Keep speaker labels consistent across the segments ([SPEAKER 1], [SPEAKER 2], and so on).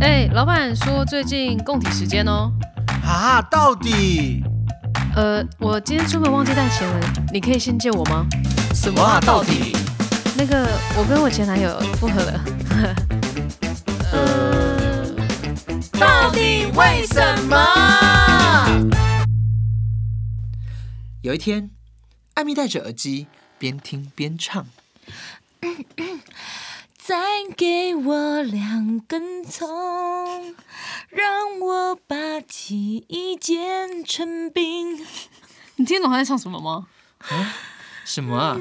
[SPEAKER 1] 哎、老板说最近供体时间哦。
[SPEAKER 2] 啊，到底
[SPEAKER 1] 呃，我今天出门忘记带钱了，你可以先借我吗？
[SPEAKER 2] 什么啊？到底？
[SPEAKER 1] 那个，我跟我前男友复合了。呃，到底为什么？
[SPEAKER 2] 有一天，艾米戴着耳机，边听边唱。
[SPEAKER 3] 再给我两根葱，让我把记忆煎成冰。
[SPEAKER 1] 你听懂他在唱什么 吗？
[SPEAKER 2] 什么啊？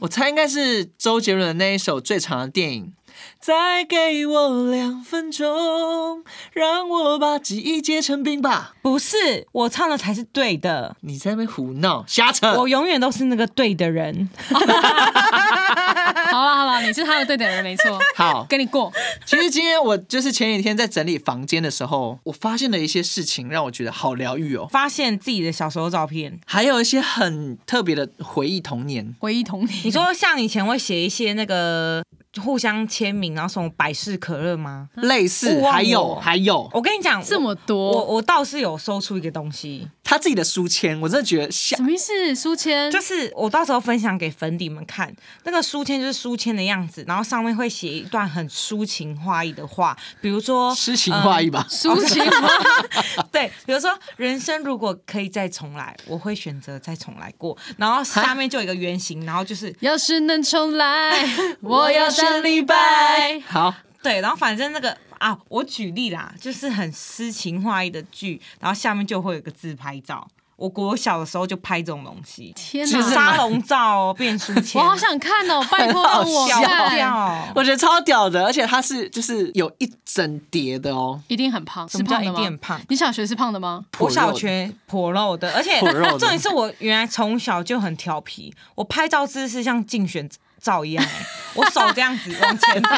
[SPEAKER 2] 我猜应该是周杰伦的那一首最长的电影。再给我两分钟，让我把记忆结成冰吧。
[SPEAKER 3] 不是，我唱的才是对的。
[SPEAKER 2] 你在那边胡闹，瞎扯
[SPEAKER 1] 呃
[SPEAKER 3] 我。永远都是那个对的人。
[SPEAKER 1] 好了好了，你是他的对的人，没错，
[SPEAKER 2] 好，
[SPEAKER 1] 跟你过。
[SPEAKER 2] 其实今天我就是前几天在整理房间的时候，我发现了一些事情，让我觉得好疗愈哦。
[SPEAKER 3] 发现自己的小时候照片，
[SPEAKER 2] 还有一些很特别的回忆童年。
[SPEAKER 1] 回忆童年，
[SPEAKER 3] 你说像以前会写一些那个互相签名，然后送百事可乐吗？
[SPEAKER 2] 类似，
[SPEAKER 3] 勿忘
[SPEAKER 2] 还有
[SPEAKER 3] 我
[SPEAKER 2] 还有
[SPEAKER 3] 我跟你讲，
[SPEAKER 1] 这么
[SPEAKER 3] 我我
[SPEAKER 1] 多，
[SPEAKER 3] 我倒是有搜出一个东西，
[SPEAKER 2] 他自己的书签，我真的觉得吓
[SPEAKER 1] 什么意思？书签
[SPEAKER 3] 就是我到时候分享给粉底们看，那个书签就是书签的样子，然后上面会写一段很抒情画意的话，比如 说
[SPEAKER 2] 诗情画意
[SPEAKER 3] 吧，
[SPEAKER 2] 吧。
[SPEAKER 1] 抒情吗？
[SPEAKER 3] 对，比如说人生如果可以再重来，我会选择再重来过，然后下面就有一个圆形，然后就是
[SPEAKER 1] 要是能重 来，我要当李白。
[SPEAKER 2] 好，
[SPEAKER 3] 对，然后反正那个啊，我举例啦，就是很诗情画意的剧，然后下面就会有一个自拍照。我国小的时候就拍这种东西，
[SPEAKER 1] 天
[SPEAKER 2] 其实
[SPEAKER 1] 哪！
[SPEAKER 3] 沙龙照哦，变书签，
[SPEAKER 1] 我好想看哦，拜托让我
[SPEAKER 3] 小
[SPEAKER 1] 看。
[SPEAKER 3] 掉。哦
[SPEAKER 2] 我觉得超屌的，而且他是就是有一整叠的哦，
[SPEAKER 1] 一定很胖，
[SPEAKER 3] 什
[SPEAKER 1] 是
[SPEAKER 3] 么叫
[SPEAKER 1] 胖的
[SPEAKER 3] 一定很
[SPEAKER 1] 吗？
[SPEAKER 3] 胖？
[SPEAKER 1] 你小学是胖的吗？
[SPEAKER 3] 我小学破肉的，而且
[SPEAKER 2] 破肉的
[SPEAKER 3] 重点是我原来从小就很调皮，我拍照姿势像竞选照一样、欸，我手这样子往前比，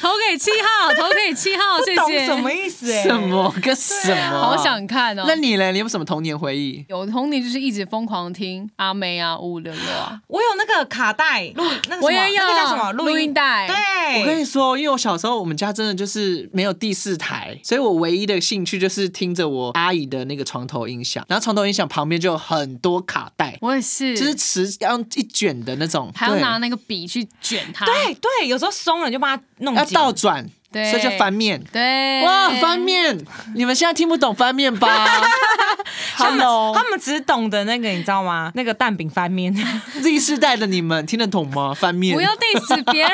[SPEAKER 1] 投给七号，投给七号，谢
[SPEAKER 3] 懂
[SPEAKER 1] 谢。
[SPEAKER 3] 什么意思、欸？
[SPEAKER 2] 什？么跟什么，
[SPEAKER 1] 啊好想。看哦。
[SPEAKER 2] 那你呢？你有什么童年回忆？
[SPEAKER 1] 有童年就是一直疯狂听阿妹啊、五五六六啊，
[SPEAKER 3] 我有那个卡带录，那个什么
[SPEAKER 1] 我也有
[SPEAKER 3] 那个叫什么
[SPEAKER 1] 录音带
[SPEAKER 2] 我跟
[SPEAKER 3] 对，
[SPEAKER 2] 你说，因为我小时候我们家真的就是没有第四台，所以我唯一的兴趣就是听着我阿姨的那个床头音响，然后床头音响旁边就有很多卡带，
[SPEAKER 1] 我也是，
[SPEAKER 2] 就是磁要用一卷的那种，
[SPEAKER 1] 还要
[SPEAKER 2] 对
[SPEAKER 1] 拿那个笔去卷它。
[SPEAKER 3] 对对，有时候松了就把它弄
[SPEAKER 2] 要
[SPEAKER 3] 紧。
[SPEAKER 2] 倒转，
[SPEAKER 1] 对
[SPEAKER 2] 所以就翻面。
[SPEAKER 1] 对，
[SPEAKER 2] 哇，翻面！你们现在听不懂翻面吧？Hello，
[SPEAKER 3] 他们只懂得那个，你知道吗？那个蛋饼翻面。
[SPEAKER 2] Z 世代的你们听得懂吗？翻面
[SPEAKER 1] 不要 diss 别人。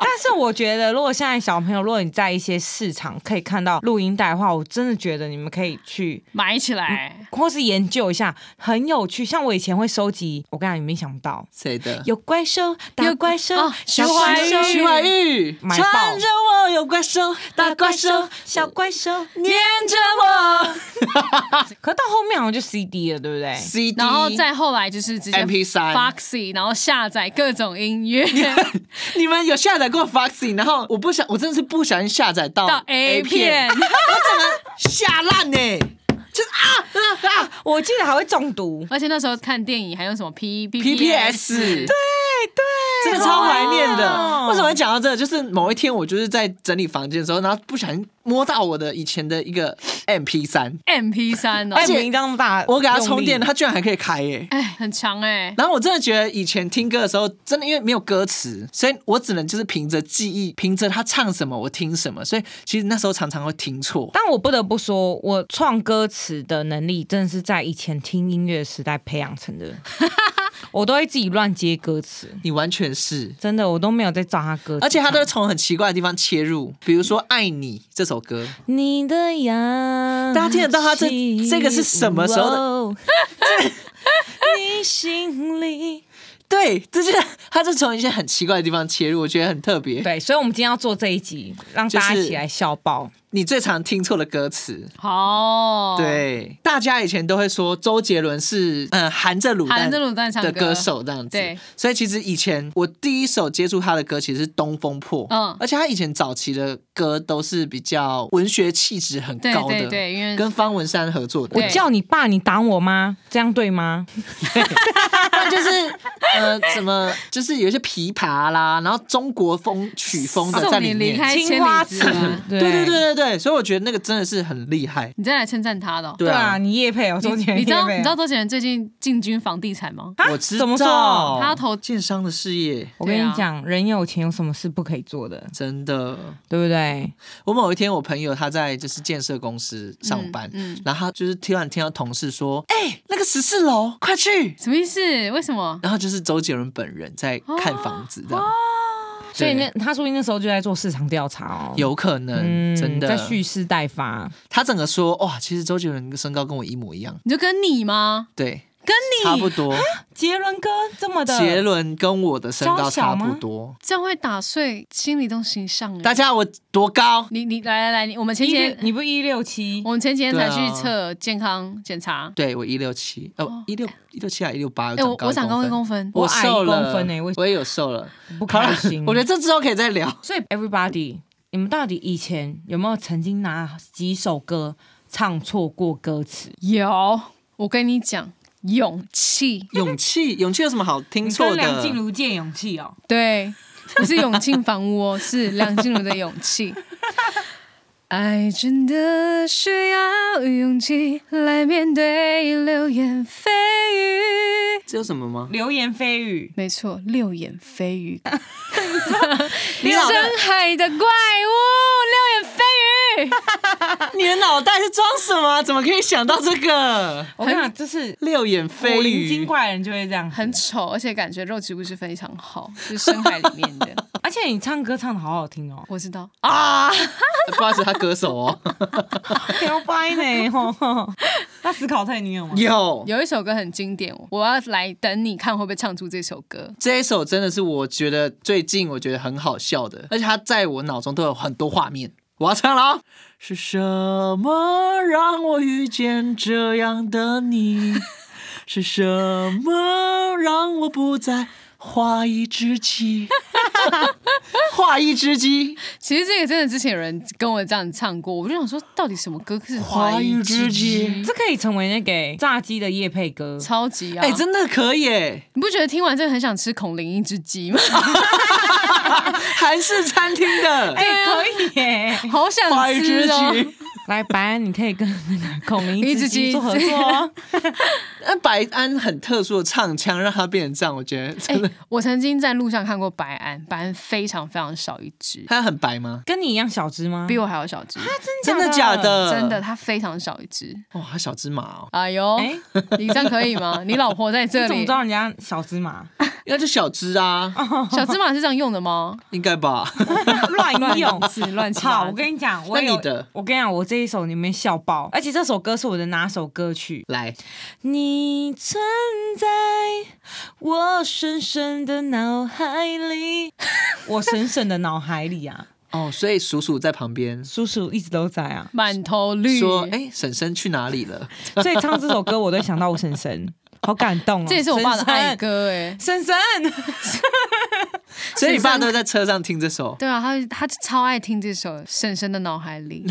[SPEAKER 3] 但是我觉得，如果现在小朋友，如果你在一些市场可以看到录音带的话，我真的觉得你们可以去
[SPEAKER 1] 埋起来，
[SPEAKER 3] 或是研究一下，很有趣。像我以前会收集，我跟你讲，你没想到
[SPEAKER 2] 谁的？
[SPEAKER 3] 有怪兽打
[SPEAKER 1] 有
[SPEAKER 3] 怪兽
[SPEAKER 1] 哦，
[SPEAKER 3] 小
[SPEAKER 1] 徐
[SPEAKER 3] 怪
[SPEAKER 1] 怀
[SPEAKER 3] 兽
[SPEAKER 1] 钰
[SPEAKER 2] 徐怀钰，
[SPEAKER 3] 买爆
[SPEAKER 2] 着我有怪兽，
[SPEAKER 3] 大怪兽小怪兽。
[SPEAKER 2] 黏着我。
[SPEAKER 3] 可到后面好像就 CD 了，对不对？
[SPEAKER 2] CD，
[SPEAKER 1] 然后再后来就是直接
[SPEAKER 2] MP3
[SPEAKER 1] Foxy，然后下载各种音 乐
[SPEAKER 2] 你们有下载过 Foxy，然后我不想，我真的是不小心下载到
[SPEAKER 1] 到 A 片，
[SPEAKER 2] 下烂呢、就是啊啊啊
[SPEAKER 3] 我记得还会中毒。
[SPEAKER 1] 而且那时候看电影还用什么 P P
[SPEAKER 2] ，PPS，对对，真的超怀念的。为什么会讲到这个？就是某一天我就是在整理房间的时候，然后不小心摸到我的以前的一个 MP 三，
[SPEAKER 1] M P 三哦，
[SPEAKER 3] 哎，
[SPEAKER 2] 且
[SPEAKER 3] 明章那么大，
[SPEAKER 2] 我给它充电，
[SPEAKER 3] 用力
[SPEAKER 2] 它居然还可以开耶、
[SPEAKER 1] 哎，很强哎，
[SPEAKER 2] 然后我真的觉得以前听歌的时候，真的因为没有歌词，所以我只能就是凭着记忆，凭着他唱什么我听什么，所以其实那时候常常会听错。
[SPEAKER 3] 但我不得不说，我创歌词的能力真的是在以前听音乐时代培养 成的。我都会自己乱接歌词，
[SPEAKER 2] 你完全是，
[SPEAKER 3] 真的，我都没有在找他歌词。
[SPEAKER 2] 而且他都会从很奇怪的地方切入，比如说《爱你》这首歌，
[SPEAKER 3] 你的样，
[SPEAKER 2] 大家听得到他这这个是什么时候
[SPEAKER 3] 的？你心里
[SPEAKER 2] 对，这就是他是从一些很奇怪的地方切入，我觉得很特别。
[SPEAKER 3] 对，所以我们今天要做这一集，让大家
[SPEAKER 2] 就是
[SPEAKER 3] 一起来笑爆。
[SPEAKER 2] 你最常听错的歌词，
[SPEAKER 1] 好，，
[SPEAKER 2] 对，大家以前都会说周杰伦是嗯含着卤蛋，
[SPEAKER 1] 含着卤蛋唱歌
[SPEAKER 2] 的歌手这样子。
[SPEAKER 1] 对，
[SPEAKER 2] 所以其实以前我第一首接触他的歌其实是《东风破》，
[SPEAKER 1] 嗯
[SPEAKER 2] 而且他以前早期的歌都是比较文学气质很
[SPEAKER 1] 对
[SPEAKER 2] 高的，
[SPEAKER 1] 对对，因为
[SPEAKER 2] 跟方文山合作的，
[SPEAKER 1] 对
[SPEAKER 3] 我叫你爸，你打我妈，这样对吗？
[SPEAKER 2] 那就是呃，怎么就是有一些琵琶啦，然后中国风曲风的在
[SPEAKER 1] 送
[SPEAKER 2] 里
[SPEAKER 1] 你离
[SPEAKER 2] 面。
[SPEAKER 1] 开千
[SPEAKER 3] 青花
[SPEAKER 1] 里之
[SPEAKER 3] 瓷
[SPEAKER 1] 外，，
[SPEAKER 2] 对对对，啊对对，所以我觉得那个真的是很厉害。
[SPEAKER 1] 你再来称赞他的哦、
[SPEAKER 2] 对
[SPEAKER 3] 啊，
[SPEAKER 2] 啊，
[SPEAKER 3] 你叶配哦，周
[SPEAKER 1] 你
[SPEAKER 3] 杰伦
[SPEAKER 1] 你知道
[SPEAKER 3] 业配哦
[SPEAKER 1] 你知道周杰伦最近进军房地产吗？
[SPEAKER 3] 啊
[SPEAKER 2] 我知道，
[SPEAKER 3] 怎么做
[SPEAKER 1] 他要投
[SPEAKER 2] 建商的事业
[SPEAKER 3] 我跟
[SPEAKER 1] 对啊
[SPEAKER 3] 你讲，人有钱有什么事不可以做的，
[SPEAKER 2] 真的。
[SPEAKER 3] 对不对？
[SPEAKER 2] 我某一天，我朋友他在就是建设公司上班，
[SPEAKER 1] 嗯嗯
[SPEAKER 2] 然后他就是突然听到同事说：“哎、那个十四楼，快去
[SPEAKER 1] 什么意思？为什！”么？
[SPEAKER 2] 然后就是周杰伦本人在看房子这样，对
[SPEAKER 3] 哦所以那他说不定那时候就在做市场调查哦，
[SPEAKER 2] 有可能、真的
[SPEAKER 3] 在。蓄势待发。
[SPEAKER 2] 他整个说：“哇，其实周杰伦的身高跟我一模一样，
[SPEAKER 1] 你就跟你吗？
[SPEAKER 2] 对，
[SPEAKER 1] 跟
[SPEAKER 2] 差
[SPEAKER 1] 你
[SPEAKER 2] 不多。”
[SPEAKER 3] 杰伦哥这么的，
[SPEAKER 2] 杰伦跟我的身高差不多。
[SPEAKER 1] 这样会打碎心理中形象哎。
[SPEAKER 2] 大家我多高？
[SPEAKER 1] 你你来来来，你我们前几
[SPEAKER 3] 一六
[SPEAKER 1] 天
[SPEAKER 3] 你不一六七
[SPEAKER 1] 我，们前几天才
[SPEAKER 2] 对啊
[SPEAKER 1] 去测健康检查，
[SPEAKER 2] 对我一六七，哦一六一六七还一六八？
[SPEAKER 1] 哎、我我长高一公
[SPEAKER 2] 分，
[SPEAKER 1] 分，
[SPEAKER 3] 我矮
[SPEAKER 2] 瘦
[SPEAKER 3] 一
[SPEAKER 2] 了
[SPEAKER 3] 公分欸为
[SPEAKER 2] 我也有瘦了。
[SPEAKER 3] 不
[SPEAKER 2] 好了
[SPEAKER 3] 开心。，
[SPEAKER 2] 我觉得这之后可以再聊。
[SPEAKER 3] 所以 everybody，你们到底以前有没有曾经拿几首歌唱错过歌词？
[SPEAKER 1] 有，我跟你讲，勇气，
[SPEAKER 2] 勇气，勇气有什么好听错的？
[SPEAKER 3] 如借勇气哦，
[SPEAKER 1] 对，不是永庆房屋哦，是梁静茹的勇气。爱真的需要勇气来面对流言蜚语。
[SPEAKER 2] 这有什么吗？
[SPEAKER 3] 流言蜚语，
[SPEAKER 1] 没错，六眼飞鱼，
[SPEAKER 2] 你老
[SPEAKER 1] 深海的怪物，六眼飞鱼。
[SPEAKER 2] 你的脑袋是装什么？啊怎么可以想到这个？
[SPEAKER 3] 我跟你讲，这是
[SPEAKER 2] 六眼
[SPEAKER 3] 古
[SPEAKER 2] 飞
[SPEAKER 3] 灵精
[SPEAKER 2] 鱼，
[SPEAKER 3] 怪的人就会这样子，
[SPEAKER 1] 很丑，而且感觉肉质不是非常好，就是深海里面的。
[SPEAKER 3] 而且你唱歌唱的好好听 哦，
[SPEAKER 1] 我知道啊，
[SPEAKER 2] 不好意思，他歌手哦。
[SPEAKER 3] 摇摆 呢，吼那思考太你有吗？
[SPEAKER 2] 有
[SPEAKER 1] 有一首歌很经典，我要来等你看会不会唱出这首歌。
[SPEAKER 2] 这一首真的是我觉得最近我觉得很好笑的，而且它在我脑中都有很多画面。我要唱了哦！是什么让我遇见这样的 你？是什么让我不再画一只鸡？画一只鸡，
[SPEAKER 1] 其实这个真的之前有人跟我这样唱过，我就想说，到底什么歌是
[SPEAKER 2] 画
[SPEAKER 1] 华
[SPEAKER 2] 一
[SPEAKER 1] 语
[SPEAKER 2] 只鸡。
[SPEAKER 3] 这可以成为那个炸鸡的夜配歌，
[SPEAKER 1] 超级啊！
[SPEAKER 2] 哎、真的可以 耶！
[SPEAKER 1] 你不觉得听完这个很想吃孔林一只鸡吗？
[SPEAKER 2] 韩式餐厅的
[SPEAKER 3] 哎、可以耶！
[SPEAKER 1] 好想
[SPEAKER 2] 画一只
[SPEAKER 1] 吃哦！
[SPEAKER 2] 鸡。
[SPEAKER 3] 来，白安，你可以跟那个孔明一只鸡做合作哦。
[SPEAKER 2] 那白安很特殊的唱腔，让他变成这样，我觉得
[SPEAKER 1] 哎
[SPEAKER 2] 真的。、
[SPEAKER 1] 我曾经在路上看过白安，白安非常非常少一只，
[SPEAKER 2] 他很白吗？
[SPEAKER 3] 跟你一样小只吗？
[SPEAKER 1] 比我还要小只，
[SPEAKER 2] 真的假的？
[SPEAKER 1] 真的，它非常少一只。
[SPEAKER 2] 哇，他小芝麻哦，
[SPEAKER 1] 哎呦，
[SPEAKER 3] 哎、
[SPEAKER 1] 你这样可以吗？你老婆在这
[SPEAKER 3] 你怎么
[SPEAKER 1] 里
[SPEAKER 3] 知，道人家小芝麻？
[SPEAKER 2] 应该就小芝啊，
[SPEAKER 1] 小芝麻是这样用的吗？
[SPEAKER 2] 应该 吧？
[SPEAKER 3] 乱用
[SPEAKER 1] 是乱七八糟
[SPEAKER 3] 好，我跟你讲，我
[SPEAKER 2] 那
[SPEAKER 3] 有
[SPEAKER 2] 你的
[SPEAKER 3] 我跟你讲，我这一首你们笑爆，而且这首歌是我的拿手歌曲。
[SPEAKER 2] 来，
[SPEAKER 3] 你存在我深深的脑海里，我深深的脑海里啊，
[SPEAKER 2] 哦，所以叔叔在旁边
[SPEAKER 3] 叔叔一直都在啊，
[SPEAKER 1] 满头绿。
[SPEAKER 2] 说：“哎、婶婶去哪里 了
[SPEAKER 3] 所以唱这首歌我都想到我婶婶，好感动哦。
[SPEAKER 1] 这也是我爸的爱
[SPEAKER 3] 婶婶。
[SPEAKER 1] 歌哎、
[SPEAKER 3] 婶婶，
[SPEAKER 2] 所以你爸都在车上听这首。
[SPEAKER 1] 对啊，他他超爱听这首《深深的脑海里》，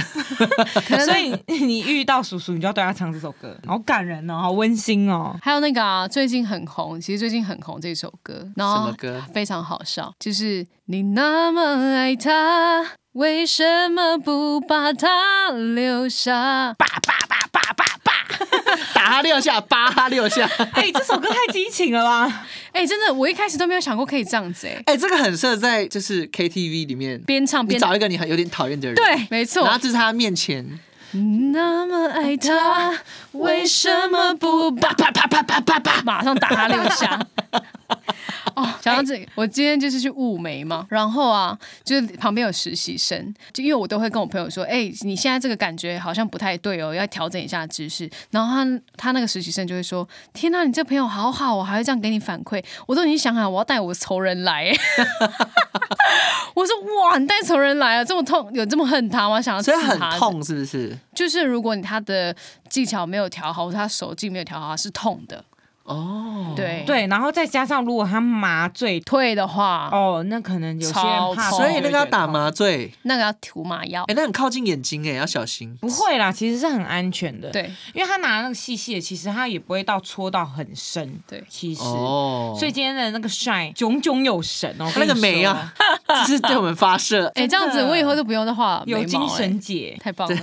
[SPEAKER 1] 可
[SPEAKER 3] 所
[SPEAKER 1] 能
[SPEAKER 3] 以你遇到叔叔，你就要对他唱这首歌，好感人哦，好温馨哦。
[SPEAKER 1] 还有那个啊，最近很红，其实最近很红这首歌，然
[SPEAKER 2] 什
[SPEAKER 1] 后
[SPEAKER 2] 么歌
[SPEAKER 1] 非常好笑，就是你那么爱他，为什么不把他留下？
[SPEAKER 2] 打他六下，扒他六 下。
[SPEAKER 3] 哎、这首歌太激情了吧！
[SPEAKER 1] 哎、真的，我一开始都没有想过可以这样子哎、
[SPEAKER 2] 哎、这个很适合在就是 KTV 里面，
[SPEAKER 1] 边唱
[SPEAKER 2] 你
[SPEAKER 1] 边
[SPEAKER 2] 找一个你很有点讨厌的人，
[SPEAKER 1] 对，，没错
[SPEAKER 2] 然，后就是他面前，
[SPEAKER 1] 你那么爱他，为什么不把啪啪啪啪啪啪，马上打他六下？ 哦，讲到这个，我今天就是去雾眉嘛，然后啊，就是旁边有实习生，就因为我都会跟我朋友说，哎、你现在这个感觉好像不太对哦，要调整一下姿势。然后他他那个实习生就会说，天呐、你这朋友好好哦，还会这样给你反馈，我都已经想好我要带我仇人来。 哎我说哇，你带仇人来啊，这么痛，有这么恨他吗？想要刺
[SPEAKER 2] 所以
[SPEAKER 1] 他
[SPEAKER 2] 很
[SPEAKER 1] 的
[SPEAKER 2] 痛，是不是？
[SPEAKER 1] 就是如果你他的技巧没有调好，或者他手技没有调好，是痛的。
[SPEAKER 2] 哦，
[SPEAKER 1] 对
[SPEAKER 3] 对，然后再加上如果他麻醉，
[SPEAKER 1] 退的话，
[SPEAKER 3] 哦，那可能有些人怕，
[SPEAKER 1] 超哦痛
[SPEAKER 2] 所以那个要打？麻醉，
[SPEAKER 1] 那个要涂麻药
[SPEAKER 2] 哎、。那很靠近眼睛哎、要小心。
[SPEAKER 3] 不会啦，其实是很安全的。，
[SPEAKER 1] 对，
[SPEAKER 3] 因为他拿那个细细的，其实他也不会到戳到很深。
[SPEAKER 1] 对
[SPEAKER 3] 其实。
[SPEAKER 2] 哦，
[SPEAKER 3] 所以今天的那个帅炯炯有神哦，
[SPEAKER 2] 他那个
[SPEAKER 3] 没
[SPEAKER 2] 眉啊，这是对我们发射。
[SPEAKER 1] 哎，这样子我以后都不用再画眉毛
[SPEAKER 3] 有精
[SPEAKER 1] 哎
[SPEAKER 3] 神姐，
[SPEAKER 1] 太棒了，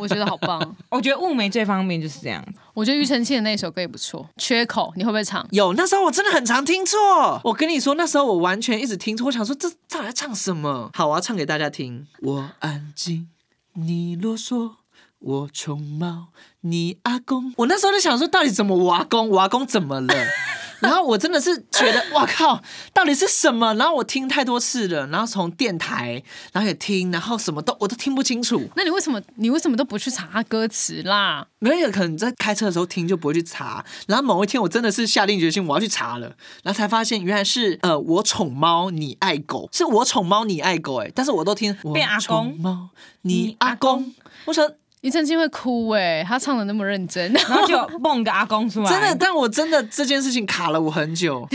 [SPEAKER 1] 我觉得好 棒。
[SPEAKER 3] 我觉得雾眉最方面就是这样。
[SPEAKER 1] 我觉得庾澄庆的那首歌也不错，《缺口》你会不会唱？
[SPEAKER 2] 有，那时候我真的很常听错。我跟你说，那时候我完全一直听错，我想说这到底在唱什么？好，我啊要唱给大家听。我安静，你啰嗦，我穷猫，你阿公。我那时候就想说，到底怎么我阿公，我阿公怎 么了？然后我真的是觉得，哇靠，到底是什么？然后我听太多次了，然后从电台，然后也听，然后什么都我都听不清楚。
[SPEAKER 1] 那你为什么你为什么都不去查他歌词啦？
[SPEAKER 2] 没有，也可能在开车的时候听就不会去查。然后某一天我真的是下定决心我要去查了，然后才发现原来是呃我宠猫你爱狗，是我宠猫你爱狗哎、但是我都听
[SPEAKER 3] 变阿公
[SPEAKER 2] 我宠猫你阿公，我想
[SPEAKER 1] 庾澄庆会哭哎、他唱的那么认真，
[SPEAKER 3] 然后就 蹦个阿公出来，
[SPEAKER 2] 真的，但我真的这件事情卡了我很久。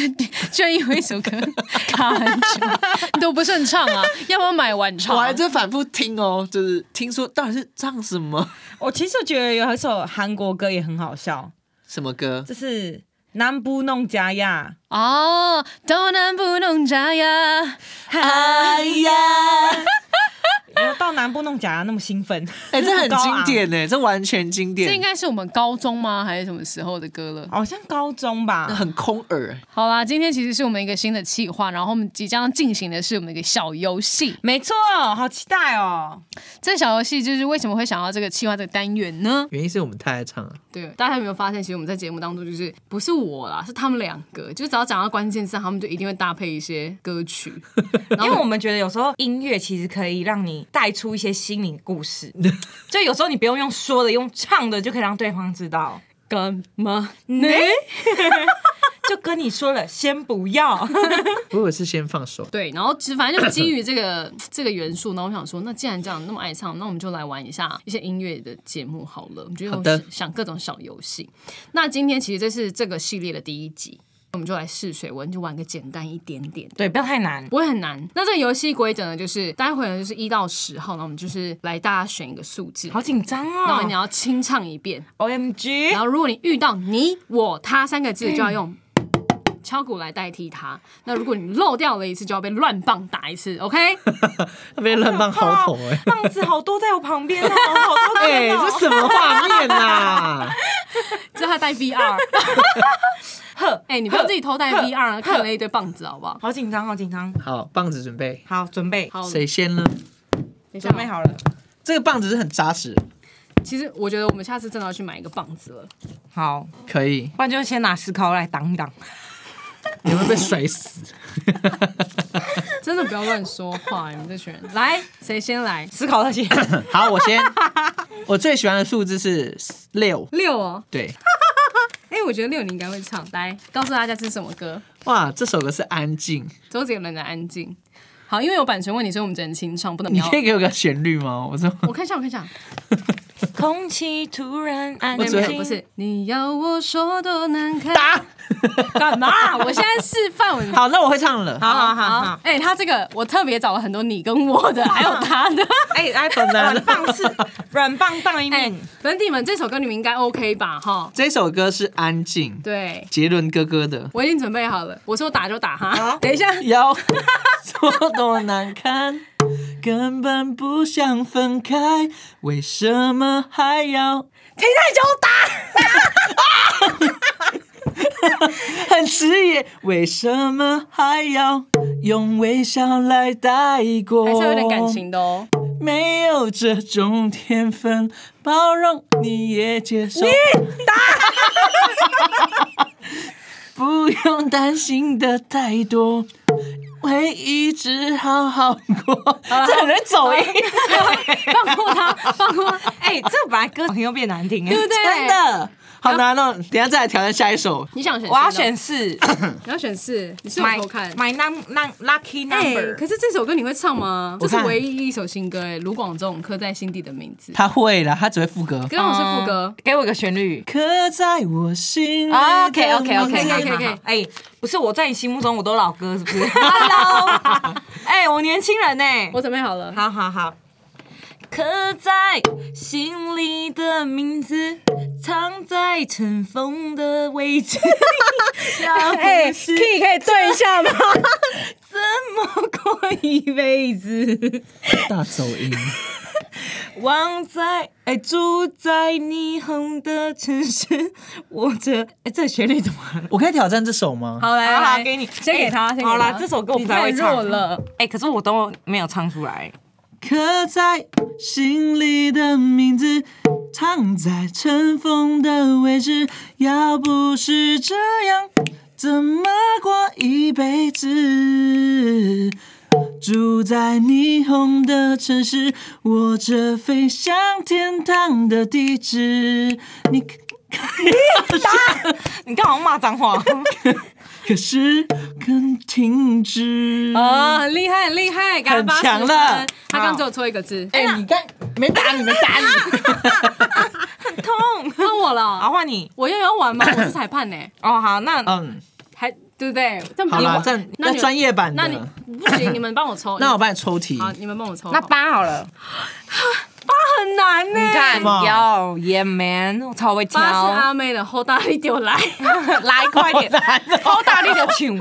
[SPEAKER 1] 居然因为一首 歌卡很久，你都不顺畅啊？要不要买晚唱
[SPEAKER 2] 我？还在反复听哦，就是听说到底是唱什么
[SPEAKER 3] 我其实觉得有一首韩国歌也很好笑，
[SPEAKER 2] 什么歌，
[SPEAKER 3] 就是南部弄家呀，
[SPEAKER 1] 哦，都能不能这呀？
[SPEAKER 2] 哎呀，
[SPEAKER 3] 然后到南部弄假牙那么兴奋，
[SPEAKER 2] 哎、这很
[SPEAKER 3] 高昂
[SPEAKER 2] 经，典哎、这完全经
[SPEAKER 1] 这应
[SPEAKER 2] 典，
[SPEAKER 1] 该是我们高中吗？还是什么时候的歌了？
[SPEAKER 3] 好像高 中吧。
[SPEAKER 2] 很空耳。
[SPEAKER 1] 好啦，今天其实是我们一个新的企划，然后我们即将进行的是我们一个小游戏。
[SPEAKER 3] 没错，好期待哦！
[SPEAKER 1] 这小游戏就是为什么会想到这个企划这个单元呢？
[SPEAKER 2] 原因是我们太爱唱了。
[SPEAKER 1] 对，大家有没有发现，其实我们在节目当中就是不是我啦，是他们两个，就只要讲到关键字，他们就一定会搭配一些歌曲。
[SPEAKER 3] 因为我们觉得有时候音乐其实可以让你带出一些心灵故事， 就有时候你不用用说的，用唱的就可以让对方知道。
[SPEAKER 1] 干嘛呢？
[SPEAKER 3] 就跟你说了，先不 要。
[SPEAKER 2] 我以为是先放手。
[SPEAKER 1] 对，然后其实反正就基于这个这个元素，然后我想说，那既然这样那么爱唱，那我们就来玩一下一些音乐的节目好了。我们就
[SPEAKER 2] 好
[SPEAKER 1] 用
[SPEAKER 2] 的
[SPEAKER 1] 想各种小游戏。那今天其实这是这个系列的第一集，我们就来试水温，就玩个简单一点点。
[SPEAKER 3] 对，不要太难。
[SPEAKER 1] 不会很难。那这个游戏规则呢，就是待会呢就是一到十号，那我们就是来大家选一个数字，
[SPEAKER 3] 好紧张
[SPEAKER 1] 然后你
[SPEAKER 3] 哦
[SPEAKER 1] 要清唱一遍。
[SPEAKER 3] ！O M
[SPEAKER 1] 然
[SPEAKER 3] G，
[SPEAKER 1] 后如果你遇到你、我、他三个字，就要用敲鼓来代替它。那如果你漏掉了一次，就要被乱棒打一次。OK，
[SPEAKER 2] 被乱棒薅头哎、
[SPEAKER 3] 棒子好多在我旁边哦，好多个
[SPEAKER 2] 哎、
[SPEAKER 3] 人 哦
[SPEAKER 2] 这什么画面 啊？
[SPEAKER 1] 这他带 VR。
[SPEAKER 3] 呵，
[SPEAKER 1] 哎、你不要自己偷带 VR 啊，
[SPEAKER 3] 呵
[SPEAKER 1] 看了一堆棒子，好不好？
[SPEAKER 3] 好紧张，好紧张。
[SPEAKER 2] 好，棒子准备，
[SPEAKER 3] 好，准备，
[SPEAKER 1] 好，
[SPEAKER 2] 谁先呢？
[SPEAKER 1] 等一下
[SPEAKER 3] 准备
[SPEAKER 1] 哦。
[SPEAKER 3] 好了。
[SPEAKER 2] 这个棒子是很扎实，
[SPEAKER 1] 其实我觉得我们下次真的要去买一个棒子了。
[SPEAKER 3] 好，
[SPEAKER 2] 可以，
[SPEAKER 3] 不然就先拿石膏来挡一 挡。
[SPEAKER 2] 你会被甩死。
[SPEAKER 1] 真的不要乱说话，你们这群人。来， 谁先来？
[SPEAKER 3] 思考那些，
[SPEAKER 2] 好，我先。我最喜欢的数字是六，
[SPEAKER 1] 六哦，
[SPEAKER 2] 对，
[SPEAKER 1] 哎、我觉得六你应该会唱。来，告诉大家这是什么歌，
[SPEAKER 2] 哇，这首歌是安 静。
[SPEAKER 1] 周杰伦的《安静》。好，因为有版权问题，所以我们只能清唱，不能
[SPEAKER 2] 你
[SPEAKER 1] 瞄
[SPEAKER 2] 可。以给我个旋律吗？我说，
[SPEAKER 1] 我看一下，我看一下，
[SPEAKER 3] 空气突然安
[SPEAKER 1] 没有
[SPEAKER 2] 只
[SPEAKER 1] 没
[SPEAKER 2] 会
[SPEAKER 1] 有，
[SPEAKER 3] 静。
[SPEAKER 1] 不是，你要我说多难看，
[SPEAKER 2] 打。
[SPEAKER 1] 干嘛？我现在示范，我
[SPEAKER 2] 啊好，那我会唱了。
[SPEAKER 3] 好好好好，
[SPEAKER 1] 哎、他这个我特别找了很多你跟我的，还有他的。
[SPEAKER 3] 哎，哎，软棒是软棒当一
[SPEAKER 1] 哎、
[SPEAKER 3] 命。
[SPEAKER 1] 粉底们，这首歌你们应该 OK 吧？哈，
[SPEAKER 2] 这首歌是安静，
[SPEAKER 1] 对，
[SPEAKER 2] 杰伦哥哥的。
[SPEAKER 1] 我已经准备好了。我说打就打哈
[SPEAKER 3] 好，
[SPEAKER 1] 等一下，
[SPEAKER 2] 有说多难看，根本不想分开，为什么还要
[SPEAKER 3] 停太久打，
[SPEAKER 2] 很迟疑？为什么还要用微笑来带过？
[SPEAKER 1] 还是有点感，情的哦。
[SPEAKER 2] 没有这种天分，包容你也接受。 不用担心的太多，会一直好好过。
[SPEAKER 1] 啊
[SPEAKER 2] 这很容易走音。
[SPEAKER 1] 放过他，放过他。
[SPEAKER 3] 哎，这本来歌很又变难听哎
[SPEAKER 1] 对不，对？
[SPEAKER 2] 真的好难哦。等一下再来挑战下一首。
[SPEAKER 1] 你想选？
[SPEAKER 3] 我要选，四
[SPEAKER 1] 你要选四，你是有
[SPEAKER 3] ，My
[SPEAKER 1] 偷看。
[SPEAKER 3] My Num Num Lucky
[SPEAKER 1] 哎、
[SPEAKER 3] Number，
[SPEAKER 1] 可是这首歌你会唱吗？这
[SPEAKER 2] 我
[SPEAKER 1] 是
[SPEAKER 2] 看
[SPEAKER 1] 唯一一首新歌哎、卢广仲刻在心底的名字。
[SPEAKER 2] 他会了，他只会副歌。
[SPEAKER 1] 刚好是副歌
[SPEAKER 3] 嗯，给我一个旋律。
[SPEAKER 2] 刻在我心里的
[SPEAKER 1] 啊
[SPEAKER 3] OK OK OK
[SPEAKER 1] 可以可
[SPEAKER 3] OK
[SPEAKER 1] 以可以
[SPEAKER 3] OK，哎，不是我在你心目中我都老歌是不是？Hello，哎，我年轻人哎，
[SPEAKER 1] 我准备好了。
[SPEAKER 3] 好好好。刻在心里的名字，藏在尘封的 位置。哎
[SPEAKER 1] 可以对一下吗？
[SPEAKER 3] 怎么过一辈子？
[SPEAKER 2] 大走音。
[SPEAKER 3] 忘在哎，住在霓虹的城市，我这哎，这旋律怎么了？
[SPEAKER 2] 我可以挑战这首吗？
[SPEAKER 1] 好来，
[SPEAKER 3] 好
[SPEAKER 1] 来
[SPEAKER 3] 好给你，
[SPEAKER 1] 先给他，
[SPEAKER 3] 哎
[SPEAKER 1] 先给他
[SPEAKER 3] 好啦，这首歌我不太会
[SPEAKER 1] 你
[SPEAKER 3] 唱
[SPEAKER 1] 太弱了。
[SPEAKER 3] 哎，可是我都没有唱出来。
[SPEAKER 2] 刻在心里的名字，藏在尘封的位置。要不是这样，怎么过一辈子？住在霓虹的城市，我这飞向天堂的地址。你可
[SPEAKER 3] 你干嘛骂 脏话？
[SPEAKER 2] 可是肯停止？
[SPEAKER 1] 哦，很厉害，很厉害，给他
[SPEAKER 2] 嗯很
[SPEAKER 1] 80
[SPEAKER 2] 强
[SPEAKER 1] 分
[SPEAKER 2] 了
[SPEAKER 1] 他刚只有错一个字，
[SPEAKER 2] 哎、你看，没打你，没打你。
[SPEAKER 3] 痛！
[SPEAKER 1] 换我
[SPEAKER 3] 好，
[SPEAKER 1] 了。
[SPEAKER 3] 换你。
[SPEAKER 1] 我又要玩吗？我是裁判呢，
[SPEAKER 3] 哦，好，那
[SPEAKER 2] 嗯，
[SPEAKER 1] 还对不对？这样
[SPEAKER 2] 好了，
[SPEAKER 1] 了，
[SPEAKER 2] 这
[SPEAKER 1] 那
[SPEAKER 2] 那
[SPEAKER 1] 你
[SPEAKER 2] 专业版
[SPEAKER 1] 那
[SPEAKER 2] 的。
[SPEAKER 1] 你不行，你们帮我抽。
[SPEAKER 2] 那我帮你抽题。
[SPEAKER 1] 好，你们帮我抽。
[SPEAKER 3] 那八好了。
[SPEAKER 1] 哦很难呢
[SPEAKER 3] 你看，
[SPEAKER 2] 吗
[SPEAKER 3] 有 Yeah Man，我超会
[SPEAKER 1] 八是啊
[SPEAKER 3] 挑。
[SPEAKER 1] 阿妹的后大力丢来， 这是
[SPEAKER 3] 来，快 点，好大力的唱，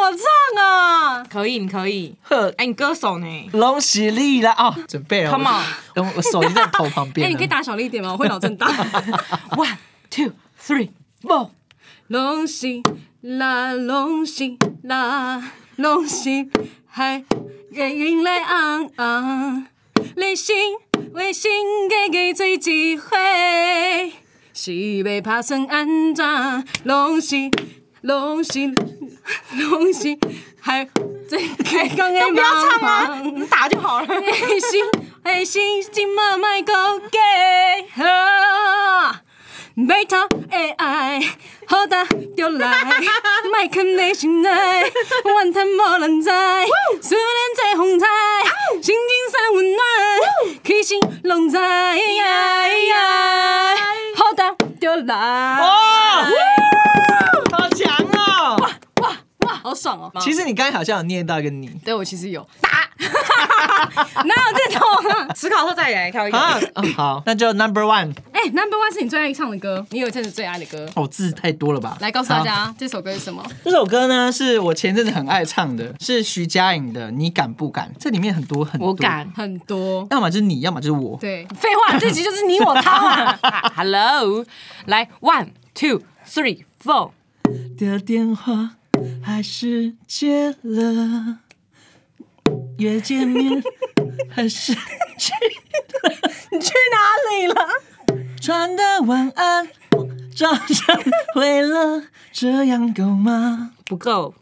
[SPEAKER 1] 我唱啊。
[SPEAKER 3] 可以，你可以。
[SPEAKER 2] 呵，
[SPEAKER 3] 哎，你歌手呢？
[SPEAKER 2] 恭喜你啦！哦，准备了
[SPEAKER 3] Come on
[SPEAKER 2] 我我我手机在头旁边
[SPEAKER 1] 哎，
[SPEAKER 2] 了。
[SPEAKER 1] 你可以打小力一点吗？我会脑震 荡。
[SPEAKER 3] One, two, three, four。
[SPEAKER 1] 龙喜啦，龙喜啦，龙喜嗨，人云来昂昂，理性微信给给最机会，是要打算安怎？拢是拢是拢是嗨，最开讲的
[SPEAKER 3] 都不要唱啊，
[SPEAKER 1] 茫茫
[SPEAKER 3] 你打就好了。
[SPEAKER 1] 黑心，黑心，今麦卖高价，啊，白头的爱，好大就来，卖肯你心爱，怨叹无人知，思念在风台，心情散温暖，开心拢知，好大就
[SPEAKER 2] 哇
[SPEAKER 1] 来，，
[SPEAKER 2] 好强哦！
[SPEAKER 1] 哇，好爽哦！
[SPEAKER 2] 其实你刚才好像有念到一个你
[SPEAKER 1] 对我其 实有打，哪有这种啊？
[SPEAKER 3] 思考后再来挑一
[SPEAKER 2] 啊
[SPEAKER 3] 个。，
[SPEAKER 2] 嗯好，那就 number one，
[SPEAKER 1] 哎、n u m b e r One 是你最爱唱的歌，你有一阵子最爱的歌，
[SPEAKER 2] 哦，字太多了吧？
[SPEAKER 1] 来告诉大
[SPEAKER 2] 好，
[SPEAKER 1] 家这首歌是什么？
[SPEAKER 2] 这首歌呢是我前阵子很爱唱的，是徐佳莹的《你敢不敢》，这里面很多很多，
[SPEAKER 3] 我，敢。
[SPEAKER 1] 很多，
[SPEAKER 2] 要么就是你，要么就是我。
[SPEAKER 1] 对，废话，这集就是你我啊他 嘛。
[SPEAKER 3] Hello，来 one two three four。
[SPEAKER 2] 的电话还是接了，约见面还是去
[SPEAKER 1] 你去哪里了？
[SPEAKER 2] 传的晚安，装上回了，这样够吗？
[SPEAKER 3] 不够，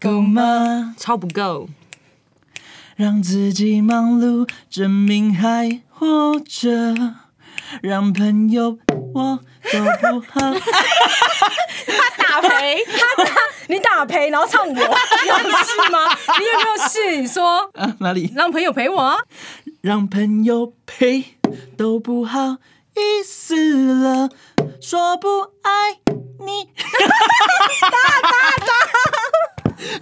[SPEAKER 2] 够吗？
[SPEAKER 3] 超不够。
[SPEAKER 2] 让自己忙碌，证明还活着，让朋友我都不好。
[SPEAKER 1] 打陪，他打你打陪，然后唱我， 你有事吗？你有没有事？你说
[SPEAKER 2] 啊，哪里？
[SPEAKER 1] 让朋友陪我啊。
[SPEAKER 2] 让朋友陪都不好意思了，说不爱你。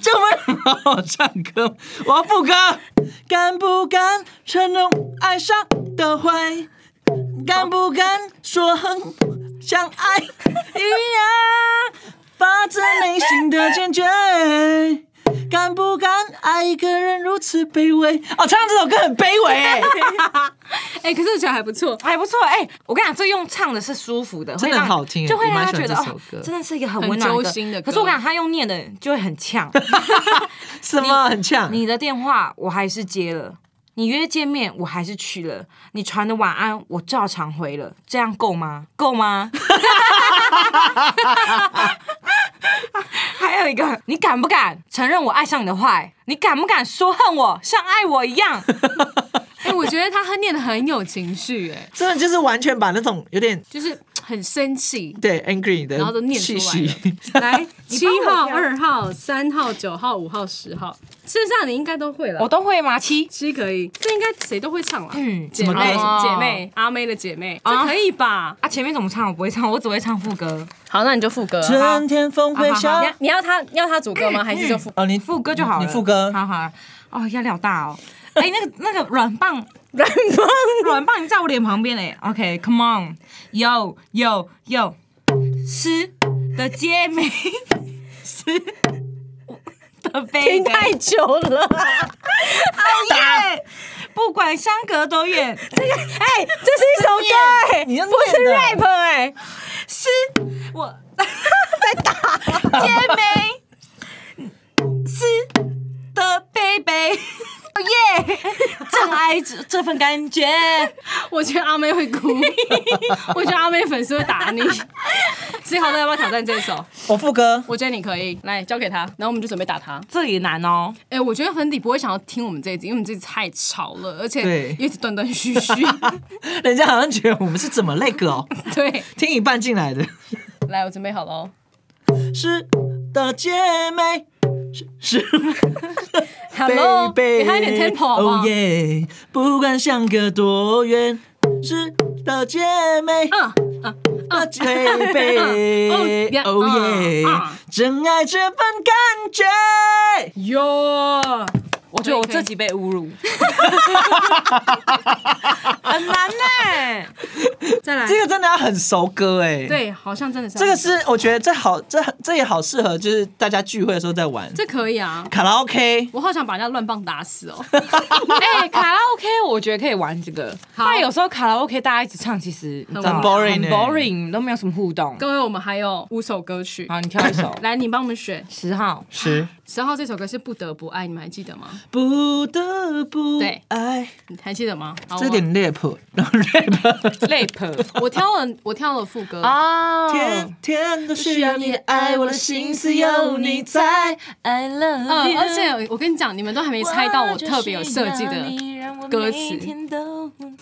[SPEAKER 2] 这为什么好唱歌？我要副歌，敢不敢承认爱上的坏？敢不敢说很像爱一样，发自内心的坚决？敢不敢爱一个人如此卑微？哦，唱这首歌很卑微 哎、
[SPEAKER 1] 哎、可是我觉得还不错。
[SPEAKER 3] 还不错哎、我跟你讲，这用唱的是舒服的，
[SPEAKER 2] 真的
[SPEAKER 3] 会让
[SPEAKER 2] 好听
[SPEAKER 3] 就会让
[SPEAKER 2] 我蛮
[SPEAKER 3] 他
[SPEAKER 2] 喜欢
[SPEAKER 3] 觉得
[SPEAKER 2] 这首
[SPEAKER 3] 哦
[SPEAKER 2] 歌，
[SPEAKER 3] 真的是一个很温暖
[SPEAKER 1] 很
[SPEAKER 3] 的
[SPEAKER 1] 揪心的歌
[SPEAKER 3] 可是我跟你讲，他用念的就会 很呛。
[SPEAKER 2] 什么很呛？
[SPEAKER 3] 你的电话我还是接了，你约见面我还是去了，你传的晚安我照常回了，这样够吗？够吗？ 还有一个，你敢不敢承认我爱上你的坏？你敢不敢说恨我像爱我 一样？
[SPEAKER 1] 哎、我觉得他念的很有情绪，哎，
[SPEAKER 2] 真的就是完全把那种有点
[SPEAKER 1] 就是很生气。
[SPEAKER 2] 对，angry 的
[SPEAKER 1] 然后都念出
[SPEAKER 2] 呃气
[SPEAKER 1] 来
[SPEAKER 2] 息，
[SPEAKER 1] 来，七号、
[SPEAKER 3] 我挑
[SPEAKER 1] 二号、三号、九号、五号、十号，剩下你应该都会了
[SPEAKER 3] 我。都会吗？七，
[SPEAKER 1] 七可以，这应该谁都会唱啊。
[SPEAKER 3] 嗯，
[SPEAKER 1] 姐妹，
[SPEAKER 3] 歌
[SPEAKER 1] 姐妹，阿妹的姐妹，这
[SPEAKER 3] 啊
[SPEAKER 1] 可以吧？
[SPEAKER 3] 啊，前面怎么唱我不会唱，我只会唱副歌，
[SPEAKER 1] 好，那你就副歌啊。
[SPEAKER 2] 春天风会
[SPEAKER 3] 好
[SPEAKER 2] 笑
[SPEAKER 1] 你。要你要他要他主歌吗？还是就副
[SPEAKER 2] 哦，你
[SPEAKER 3] 副歌就好了。
[SPEAKER 2] 你副歌
[SPEAKER 3] 好好。哦，压力好 大哦。哎，那个那个软棒，
[SPEAKER 1] 软棒？
[SPEAKER 3] 软棒你在我脸旁边哎。OK，Come on，Yo Yo Yo，诗的姐 妹，诗的贝
[SPEAKER 1] 听
[SPEAKER 3] 贝，
[SPEAKER 1] 太久 了，
[SPEAKER 3] 熬夜，不管相隔多远，
[SPEAKER 1] 哎，这是一首歌，哎，
[SPEAKER 2] 你要
[SPEAKER 1] 不是
[SPEAKER 2] 念的
[SPEAKER 1] rap 哎，
[SPEAKER 3] 是我 在打姐妹，是的贝贝，耶、 真爱这这份感觉，
[SPEAKER 1] 我觉得阿妹会 哭，我觉得阿妹粉丝会打你。 所以好，那要不要挑战这一首？
[SPEAKER 2] 我副歌，
[SPEAKER 1] 我觉得你可以，来交给他，然后我们就准备打他。
[SPEAKER 3] 这也难哦。
[SPEAKER 1] 哎、我觉得粉底不会想要听我们这一集，因为我们这一集太吵了，而且
[SPEAKER 2] 对
[SPEAKER 1] 一直断断续 续。
[SPEAKER 2] 人家好像觉得我们是怎么那个哦，
[SPEAKER 1] 对，
[SPEAKER 2] 听一半进来的。
[SPEAKER 1] 来，我准备好了哦。
[SPEAKER 2] 是的，姐妹，是是
[SPEAKER 1] Hello，
[SPEAKER 2] 贝
[SPEAKER 1] 给他一点 tempo 好不好
[SPEAKER 2] 哦耶！不管相隔多远，是的，姐妹，
[SPEAKER 1] 嗯嗯
[SPEAKER 2] 的贝贝，
[SPEAKER 1] 嗯
[SPEAKER 2] 哦耶
[SPEAKER 1] 嗯嗯！
[SPEAKER 2] 真爱这份感觉。
[SPEAKER 1] 哟，
[SPEAKER 3] 我觉得我
[SPEAKER 1] 可以可以
[SPEAKER 3] 自己被侮辱， 很难呢、
[SPEAKER 1] 再来，
[SPEAKER 2] 这个真的要很熟歌哎，，
[SPEAKER 1] 对，好像真的是
[SPEAKER 2] 这个是我觉得这好，这这也好适合，就是大家聚会的时候在玩
[SPEAKER 1] 这可以啊。
[SPEAKER 2] 卡拉 OK。
[SPEAKER 1] 我好想把人家乱棒打死 哦！
[SPEAKER 3] 哎、卡拉 OK 我觉得可以玩这个，
[SPEAKER 1] 好
[SPEAKER 3] 不然有时候卡拉 OK 大家一起唱，其实你知道吗
[SPEAKER 1] 很
[SPEAKER 2] boring
[SPEAKER 3] 很
[SPEAKER 2] 欸
[SPEAKER 3] boring，都没有什么互动。
[SPEAKER 1] 各位，我们还有五首歌曲，，
[SPEAKER 3] 好，你挑 一首
[SPEAKER 1] 来，你帮我们选。
[SPEAKER 3] 十号。
[SPEAKER 2] 是
[SPEAKER 1] 十号这首歌是《不得不爱》，你们还记得吗？
[SPEAKER 2] 不得不
[SPEAKER 1] 对
[SPEAKER 2] 爱，
[SPEAKER 1] 你还记得吗？好
[SPEAKER 2] 这点 rap，然后 rap，
[SPEAKER 3] Lap
[SPEAKER 1] 我我挑了，我挑了副歌
[SPEAKER 3] 哦，
[SPEAKER 2] 天天都需要你的爱，我的心思有你在。
[SPEAKER 3] ，I love
[SPEAKER 1] 嗯，而且我跟你讲，你们都还没猜到我特别有设计的。歌词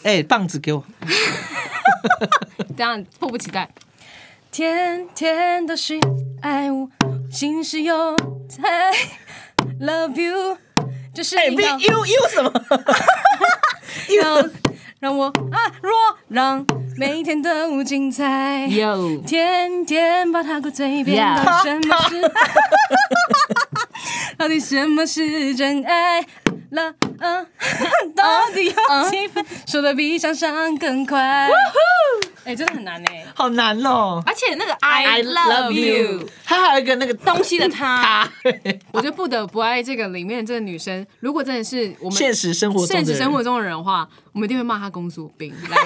[SPEAKER 2] 哎，棒子给我，
[SPEAKER 1] 这样迫不及待。天天都是爱我，心事有在，Love you，就是
[SPEAKER 2] 哎
[SPEAKER 1] 你
[SPEAKER 2] ，V
[SPEAKER 1] 要
[SPEAKER 2] U U 什 么？
[SPEAKER 1] 让让我爱若让每天都精彩，
[SPEAKER 3] 有
[SPEAKER 1] 天天把它挂嘴边，
[SPEAKER 3] Yeah
[SPEAKER 1] 到底什么是？ 到底什么是真爱？了，嗯， 到底有几分？说的比想象更快。哎，真的很难哎。
[SPEAKER 2] 好难哦。
[SPEAKER 3] 而且那个 I love you
[SPEAKER 2] 它还有一个那个
[SPEAKER 3] 东西的 他，
[SPEAKER 1] 我觉得不得不爱这个里面这个女生，如果真的是我们
[SPEAKER 2] 现实生活中的
[SPEAKER 1] 现
[SPEAKER 2] 人
[SPEAKER 1] 实生活中的人的话，我们一定会骂她公主病。 来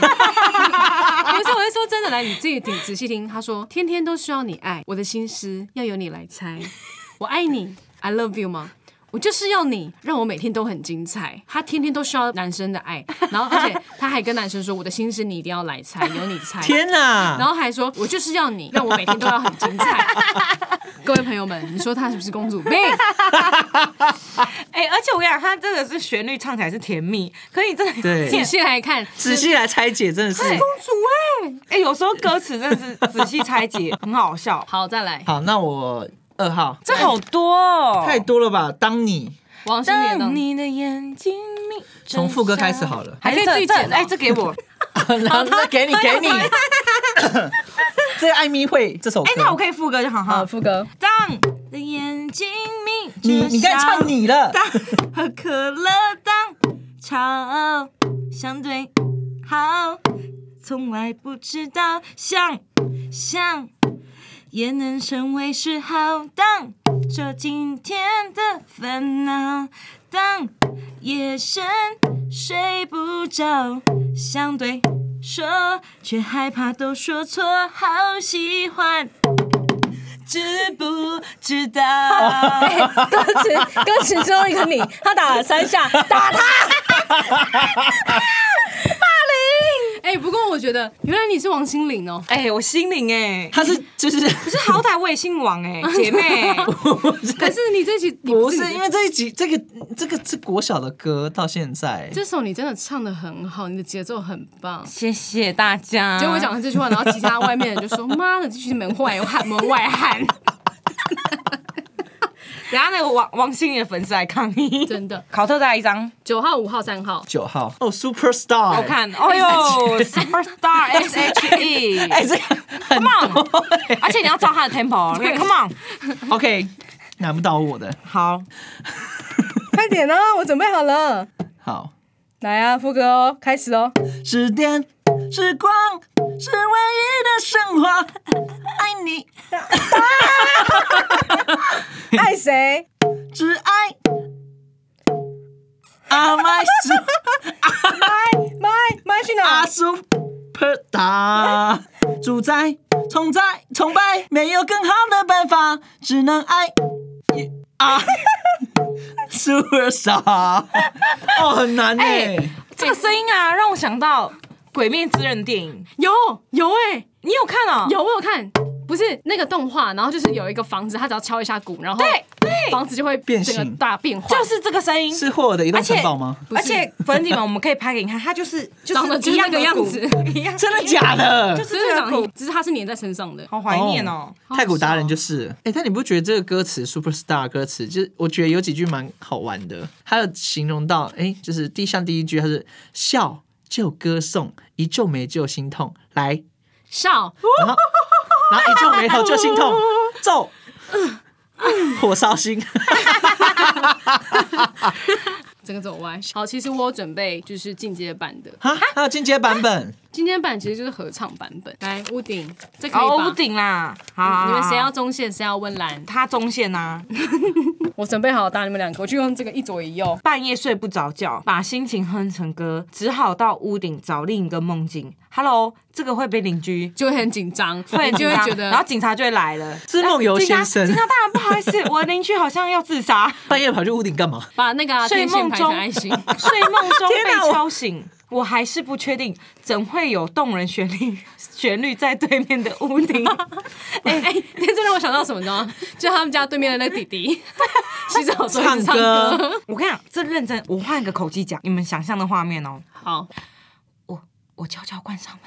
[SPEAKER 1] 不是，我是说真的，来你自己挺仔细听。她说：“天天都需要你爱，我的心思要由你来猜，我爱你，I love you 吗？”我就是要你，让我每天都很精彩。她天天都需要男生的爱，然后而且她还跟男生说：“我的心思你一定要来猜，由你猜。”
[SPEAKER 2] 天啊
[SPEAKER 1] 然后
[SPEAKER 2] 哪！
[SPEAKER 1] 还说：“我就是要你，让我每天都要很精 彩。”各位朋友们，你说她是不是公主病？
[SPEAKER 3] 哎，而且我跟你讲，他这个是旋律唱起来是甜蜜，可以真的，
[SPEAKER 2] 对，
[SPEAKER 1] 仔细来看，
[SPEAKER 2] 仔细来拆解，真的是
[SPEAKER 1] 主哎、
[SPEAKER 2] 欸
[SPEAKER 3] 哎，有时候歌词真的是仔细拆解，很好笑，
[SPEAKER 1] 好，再来，
[SPEAKER 2] 好。那我二号
[SPEAKER 3] 这好多哦，
[SPEAKER 2] 太多了吧？当你
[SPEAKER 1] 王心凌的
[SPEAKER 3] 当
[SPEAKER 1] 呢。
[SPEAKER 3] 你的眼睛里，
[SPEAKER 2] 从副歌开始好了，
[SPEAKER 3] 还
[SPEAKER 1] 还可以自己
[SPEAKER 3] 这
[SPEAKER 1] 剪哦
[SPEAKER 3] 哎，这给 我，
[SPEAKER 2] 然后 那给你
[SPEAKER 3] 啊
[SPEAKER 2] 给你，这个艾米会这首歌
[SPEAKER 3] 哎，，那我可以副歌就好哈。
[SPEAKER 1] 副 歌，
[SPEAKER 3] 当的眼睛里，
[SPEAKER 2] 你你该唱你了。
[SPEAKER 3] 当和可乐当吵相对好，从来不知道想象也能成为嗜好。当这今天的烦恼，当夜深睡不着，相对说却害怕都说错，好喜欢。知不知 道？哎
[SPEAKER 1] 歌词歌词只有一个你， 他打了三下，打他。霸凌！哎、哎，不过我觉得原来你是王心凌哦，
[SPEAKER 3] 哎、我心灵哎、
[SPEAKER 2] 他是就是
[SPEAKER 3] 可是好歹我也姓王哎、姐妹、
[SPEAKER 1] 可是你 这集你
[SPEAKER 2] 不是因为这一集这个这个是国小的歌，到现在
[SPEAKER 1] 这首你真的唱的很好，你的节奏很棒。
[SPEAKER 3] 谢谢大家。
[SPEAKER 1] 结果我讲了这句话，然后其他外面的人就说：“妈的，这群门外汉，门外汉，
[SPEAKER 3] 等下那个王王心凌的粉丝来抗议。
[SPEAKER 1] 真的。
[SPEAKER 3] 考特大一张，”
[SPEAKER 1] 九号、五号、三号，
[SPEAKER 2] 九号哦，Super Star，
[SPEAKER 3] 好看。哎呦，Superstar S H E，
[SPEAKER 2] 哎，这个很哎
[SPEAKER 3] come on，而且你要照他的 tempo。Come on，
[SPEAKER 2] OK，难不倒我的。
[SPEAKER 3] 好，
[SPEAKER 1] 快点哦，我准备好了，
[SPEAKER 2] 好，
[SPEAKER 1] 来啊，副歌哦，开始哦。
[SPEAKER 2] 是电，是光，是唯一的神话， 爱你，
[SPEAKER 1] 爱谁？
[SPEAKER 2] 只爱。阿麦 是
[SPEAKER 1] 麦麦去
[SPEAKER 2] 阿？苏 per 达，主宰、崇拜、崇拜，没有更好的办法，只能爱啊，super star，哦，很难呢、
[SPEAKER 3] 这个声音啊，让我想到《鬼灭之刃》电影，
[SPEAKER 1] 有有哎，
[SPEAKER 3] 你有看哦？
[SPEAKER 1] 有我有看，不是那个动画，然后就是有一个房子，它只要敲一下鼓，然后
[SPEAKER 3] 对对，
[SPEAKER 1] 房子就会
[SPEAKER 2] 变
[SPEAKER 1] 整
[SPEAKER 2] 形
[SPEAKER 1] 个大变化，
[SPEAKER 3] 就是这个声音。
[SPEAKER 2] 是霍尔的移动
[SPEAKER 3] 而且
[SPEAKER 2] 城堡吗？
[SPEAKER 3] 而且粉底们，我们可以拍给你看，它就是就
[SPEAKER 1] 长得
[SPEAKER 3] 是
[SPEAKER 1] 就
[SPEAKER 3] 一
[SPEAKER 1] 是
[SPEAKER 3] 样
[SPEAKER 1] 那
[SPEAKER 3] 的
[SPEAKER 1] 个样
[SPEAKER 3] 骨
[SPEAKER 1] 子，
[SPEAKER 3] 一样
[SPEAKER 2] 真的假的？
[SPEAKER 3] 就是
[SPEAKER 1] 真
[SPEAKER 3] 这
[SPEAKER 1] 的
[SPEAKER 3] 个
[SPEAKER 1] 长得
[SPEAKER 3] 骨
[SPEAKER 1] 一，，只是它是粘在身上的。
[SPEAKER 3] 好怀念哦。
[SPEAKER 2] 太古达人就是了，哎、但你不觉得这个歌词 “superstar” 歌词，就是我觉得有几句蛮好玩的，它有形容到，哎、就是第像第一句，它是笑就歌颂，一皱眉就心痛，来，
[SPEAKER 1] 笑，
[SPEAKER 2] 然后然后一皱眉头就心痛，皱，火烧心，
[SPEAKER 1] 整个走歪。好，其实我有准备就是进阶版的，
[SPEAKER 2] 哈，还有进阶版本，
[SPEAKER 1] 进阶版其实就是合唱版本。来，屋顶，这可以
[SPEAKER 3] 哦，
[SPEAKER 1] 吧？
[SPEAKER 3] 屋顶啊啦，好好，好
[SPEAKER 1] 你们谁要？中线，谁要温岚？
[SPEAKER 3] 他中线啊呐、
[SPEAKER 1] 我准备好打你们两个，我就用这个一左一右。
[SPEAKER 3] 半夜睡不着觉，把心情哼成歌，只好到屋顶找另一个梦境。Hello，这个会被邻 居。
[SPEAKER 1] 就会很紧张，
[SPEAKER 3] 会
[SPEAKER 1] 你
[SPEAKER 3] 很
[SPEAKER 1] 就
[SPEAKER 3] 紧
[SPEAKER 1] 会
[SPEAKER 3] 张
[SPEAKER 1] 觉得，
[SPEAKER 3] 然后警察就会来了。哎
[SPEAKER 2] 是梦游
[SPEAKER 3] 警察
[SPEAKER 2] 先生
[SPEAKER 3] 警察大人不好意思，我的邻居好像要自杀，
[SPEAKER 2] 半夜跑去屋顶干嘛？
[SPEAKER 1] 把那个啊
[SPEAKER 3] 睡
[SPEAKER 1] 天线
[SPEAKER 3] 梦
[SPEAKER 1] 排成
[SPEAKER 3] 中哎
[SPEAKER 1] 爱 心。
[SPEAKER 3] 睡梦中
[SPEAKER 2] 天哪
[SPEAKER 3] 被
[SPEAKER 2] 我
[SPEAKER 3] 敲醒，我还是不确定，怎会有动人旋律 旋律在对面的屋 顶？
[SPEAKER 1] 哎哎，那这让我想到什么呢？就他们家对面的那个弟 弟，洗澡的时候一直唱
[SPEAKER 2] 唱
[SPEAKER 1] 歌。
[SPEAKER 3] 我跟你讲，这认真，我换一个口气讲，你们想象的画面哦。
[SPEAKER 1] 好，
[SPEAKER 3] 我我悄悄关上门，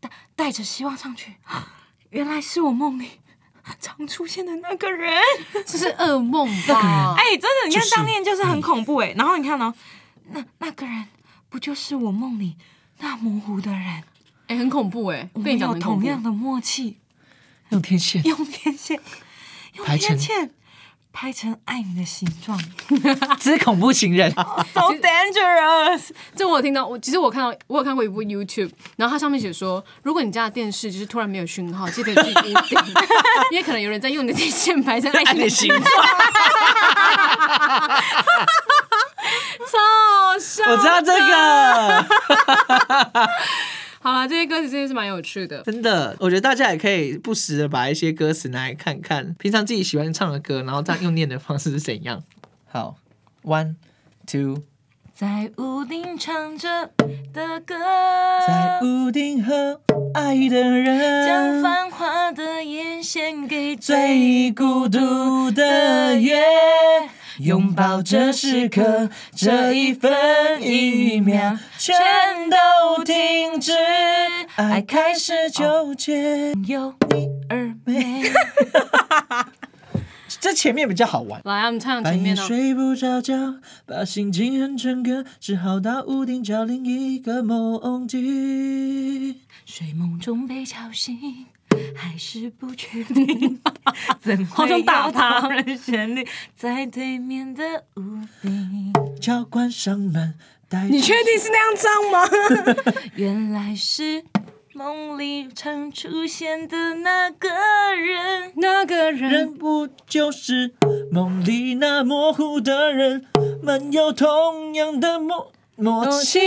[SPEAKER 3] 带带着希望上去，原来是我梦里常出现的那个人。
[SPEAKER 1] 这是噩梦吧？
[SPEAKER 3] 哎、真的，你看
[SPEAKER 2] 就是
[SPEAKER 3] 当面就是很恐怖哎、然后你看哦，那那个人不就是我梦里那模糊的人？
[SPEAKER 1] 哎，很恐怖哎
[SPEAKER 3] 我，
[SPEAKER 1] 被
[SPEAKER 3] 们
[SPEAKER 1] 你讲
[SPEAKER 3] 有
[SPEAKER 1] 得很恐
[SPEAKER 3] 同
[SPEAKER 1] 怖。
[SPEAKER 3] 样的默契，
[SPEAKER 2] 用天线，
[SPEAKER 3] 用天线，用
[SPEAKER 2] 排成
[SPEAKER 3] 天线拍成爱你的形状
[SPEAKER 2] 这是恐怖情人，
[SPEAKER 3] ，so dangerous。
[SPEAKER 1] 这我有听到，我其实我看到，我有看过一部 YouTube，然后它上面写说，如果你家的电视就是突然没有讯号，记得去阴顶，因为可能有人在用你的电线排成爱
[SPEAKER 2] 爱
[SPEAKER 1] 心
[SPEAKER 2] 你
[SPEAKER 1] 的
[SPEAKER 2] 的
[SPEAKER 1] 形
[SPEAKER 2] 形
[SPEAKER 1] 状，
[SPEAKER 2] 状，
[SPEAKER 1] 超好笑。
[SPEAKER 2] 我知道这个。
[SPEAKER 1] 好了，这些歌词真的是蛮有趣的。
[SPEAKER 2] 真的，我觉得大家也可以不时的把一些歌词拿来看看，平常自己喜欢唱的歌，然后这样用念的方式是怎样。好，one two，
[SPEAKER 3] 在屋顶唱着的歌，
[SPEAKER 2] 在屋顶和爱的
[SPEAKER 3] 将
[SPEAKER 2] 人，
[SPEAKER 3] 繁华的眼献给
[SPEAKER 2] 最孤独的夜，拥抱这时刻，这一分一秒，全都停止，爱开始纠结。
[SPEAKER 3] 有你而美。
[SPEAKER 2] 这前面比较好玩。
[SPEAKER 1] 来，我们唱前
[SPEAKER 2] 半夜
[SPEAKER 1] 面哦。
[SPEAKER 2] 睡不着觉，把心情哼成歌，只好到屋顶找另一个梦境。
[SPEAKER 3] 睡梦中被吵醒，还是不确定，怎
[SPEAKER 1] 好想打他
[SPEAKER 3] 人旋律在对面的屋顶，
[SPEAKER 2] 敲关上门，带
[SPEAKER 1] 你确定是那样唱吗？
[SPEAKER 3] 原来是梦里常出现的那个 人。
[SPEAKER 1] 那个人
[SPEAKER 2] 人不就是梦里那模糊的人们有同样的默默
[SPEAKER 1] 哦
[SPEAKER 2] 契？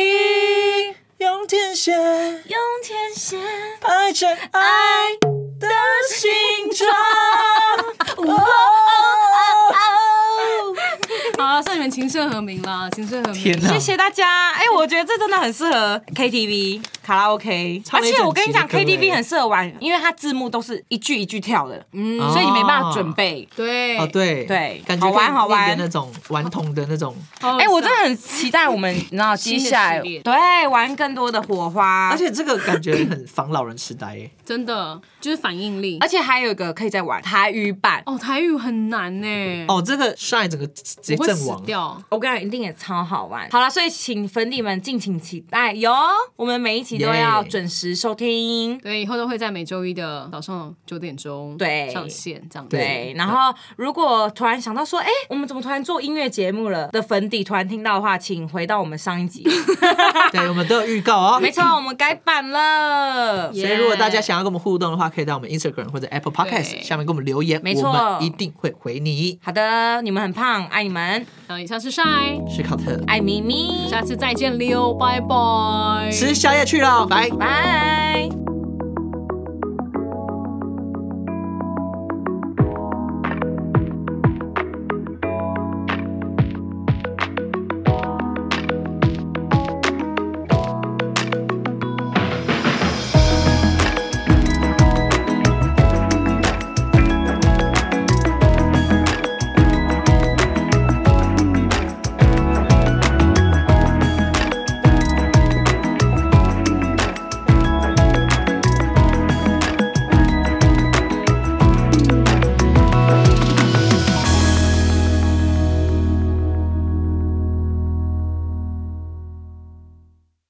[SPEAKER 2] 用天线
[SPEAKER 3] 用天线
[SPEAKER 2] 排成
[SPEAKER 1] 啊
[SPEAKER 2] 爱的形状。哇
[SPEAKER 3] 哦，
[SPEAKER 1] 好了，算你们琴瑟和鸣啦，琴瑟和鸣。
[SPEAKER 2] 天哪！
[SPEAKER 3] 谢谢大家。哎、我觉得这真的很适合 KTV，卡拉 OK，
[SPEAKER 2] 唱
[SPEAKER 3] 而
[SPEAKER 2] 了一整
[SPEAKER 3] 且我跟你讲
[SPEAKER 2] 集的歌
[SPEAKER 3] ，KTV
[SPEAKER 2] 哎
[SPEAKER 3] 很适合玩，因为它字幕都是一句一句跳的，
[SPEAKER 1] 嗯
[SPEAKER 2] 哦
[SPEAKER 3] 所以你没办法准备。
[SPEAKER 1] 对
[SPEAKER 2] 哦，，对
[SPEAKER 3] 对
[SPEAKER 2] 感觉
[SPEAKER 3] 好玩
[SPEAKER 2] 可以
[SPEAKER 3] 好玩
[SPEAKER 2] 练那种顽童的那种，
[SPEAKER 1] 哎
[SPEAKER 3] 哎、我真的很期待我们，然后接
[SPEAKER 1] 新的
[SPEAKER 3] 下来
[SPEAKER 1] 系列
[SPEAKER 3] 对玩更多的火
[SPEAKER 1] 啊
[SPEAKER 3] 花，
[SPEAKER 2] 而且这个感觉很防老人痴呆耶。
[SPEAKER 1] 真的就是反应力
[SPEAKER 3] 而。且还有一个可以再玩台语版，
[SPEAKER 1] 哦，台语很难欸呢，
[SPEAKER 2] 哦，这个 shine 整个直直接
[SPEAKER 1] 嗯我会
[SPEAKER 2] 阵
[SPEAKER 1] 死
[SPEAKER 2] 亡。
[SPEAKER 1] 掉。
[SPEAKER 3] 我跟你讲一定也超好玩。好了，所以请粉底们敬请期待哟，我们每一期都要
[SPEAKER 2] Yeah
[SPEAKER 3] 准时收听。
[SPEAKER 1] 对，以后都会在每周一的早上九点钟
[SPEAKER 3] 对
[SPEAKER 1] 上线这样子。
[SPEAKER 3] 对，然后如果突然想到说，哎、我们怎么突然做音乐节目了的粉底，突然听到的话，请回到我们上一 集。
[SPEAKER 2] 对，我们都有预告哦。
[SPEAKER 3] 没错，我们改版 了。
[SPEAKER 2] 所以如果大家想要跟我们互动的话，可以到我们 Instagram 或者 Apple Podcast
[SPEAKER 1] 对
[SPEAKER 2] 下面给我们留言，
[SPEAKER 3] 没错
[SPEAKER 2] 我们一定会回你。
[SPEAKER 3] 好的，你们很胖，爱你们，
[SPEAKER 1] 那以上是晒，
[SPEAKER 2] 史考特，
[SPEAKER 3] 爱咪咪，
[SPEAKER 1] 下次再见，Leo，拜拜。
[SPEAKER 2] 吃宵夜去了，拜。
[SPEAKER 3] 拜。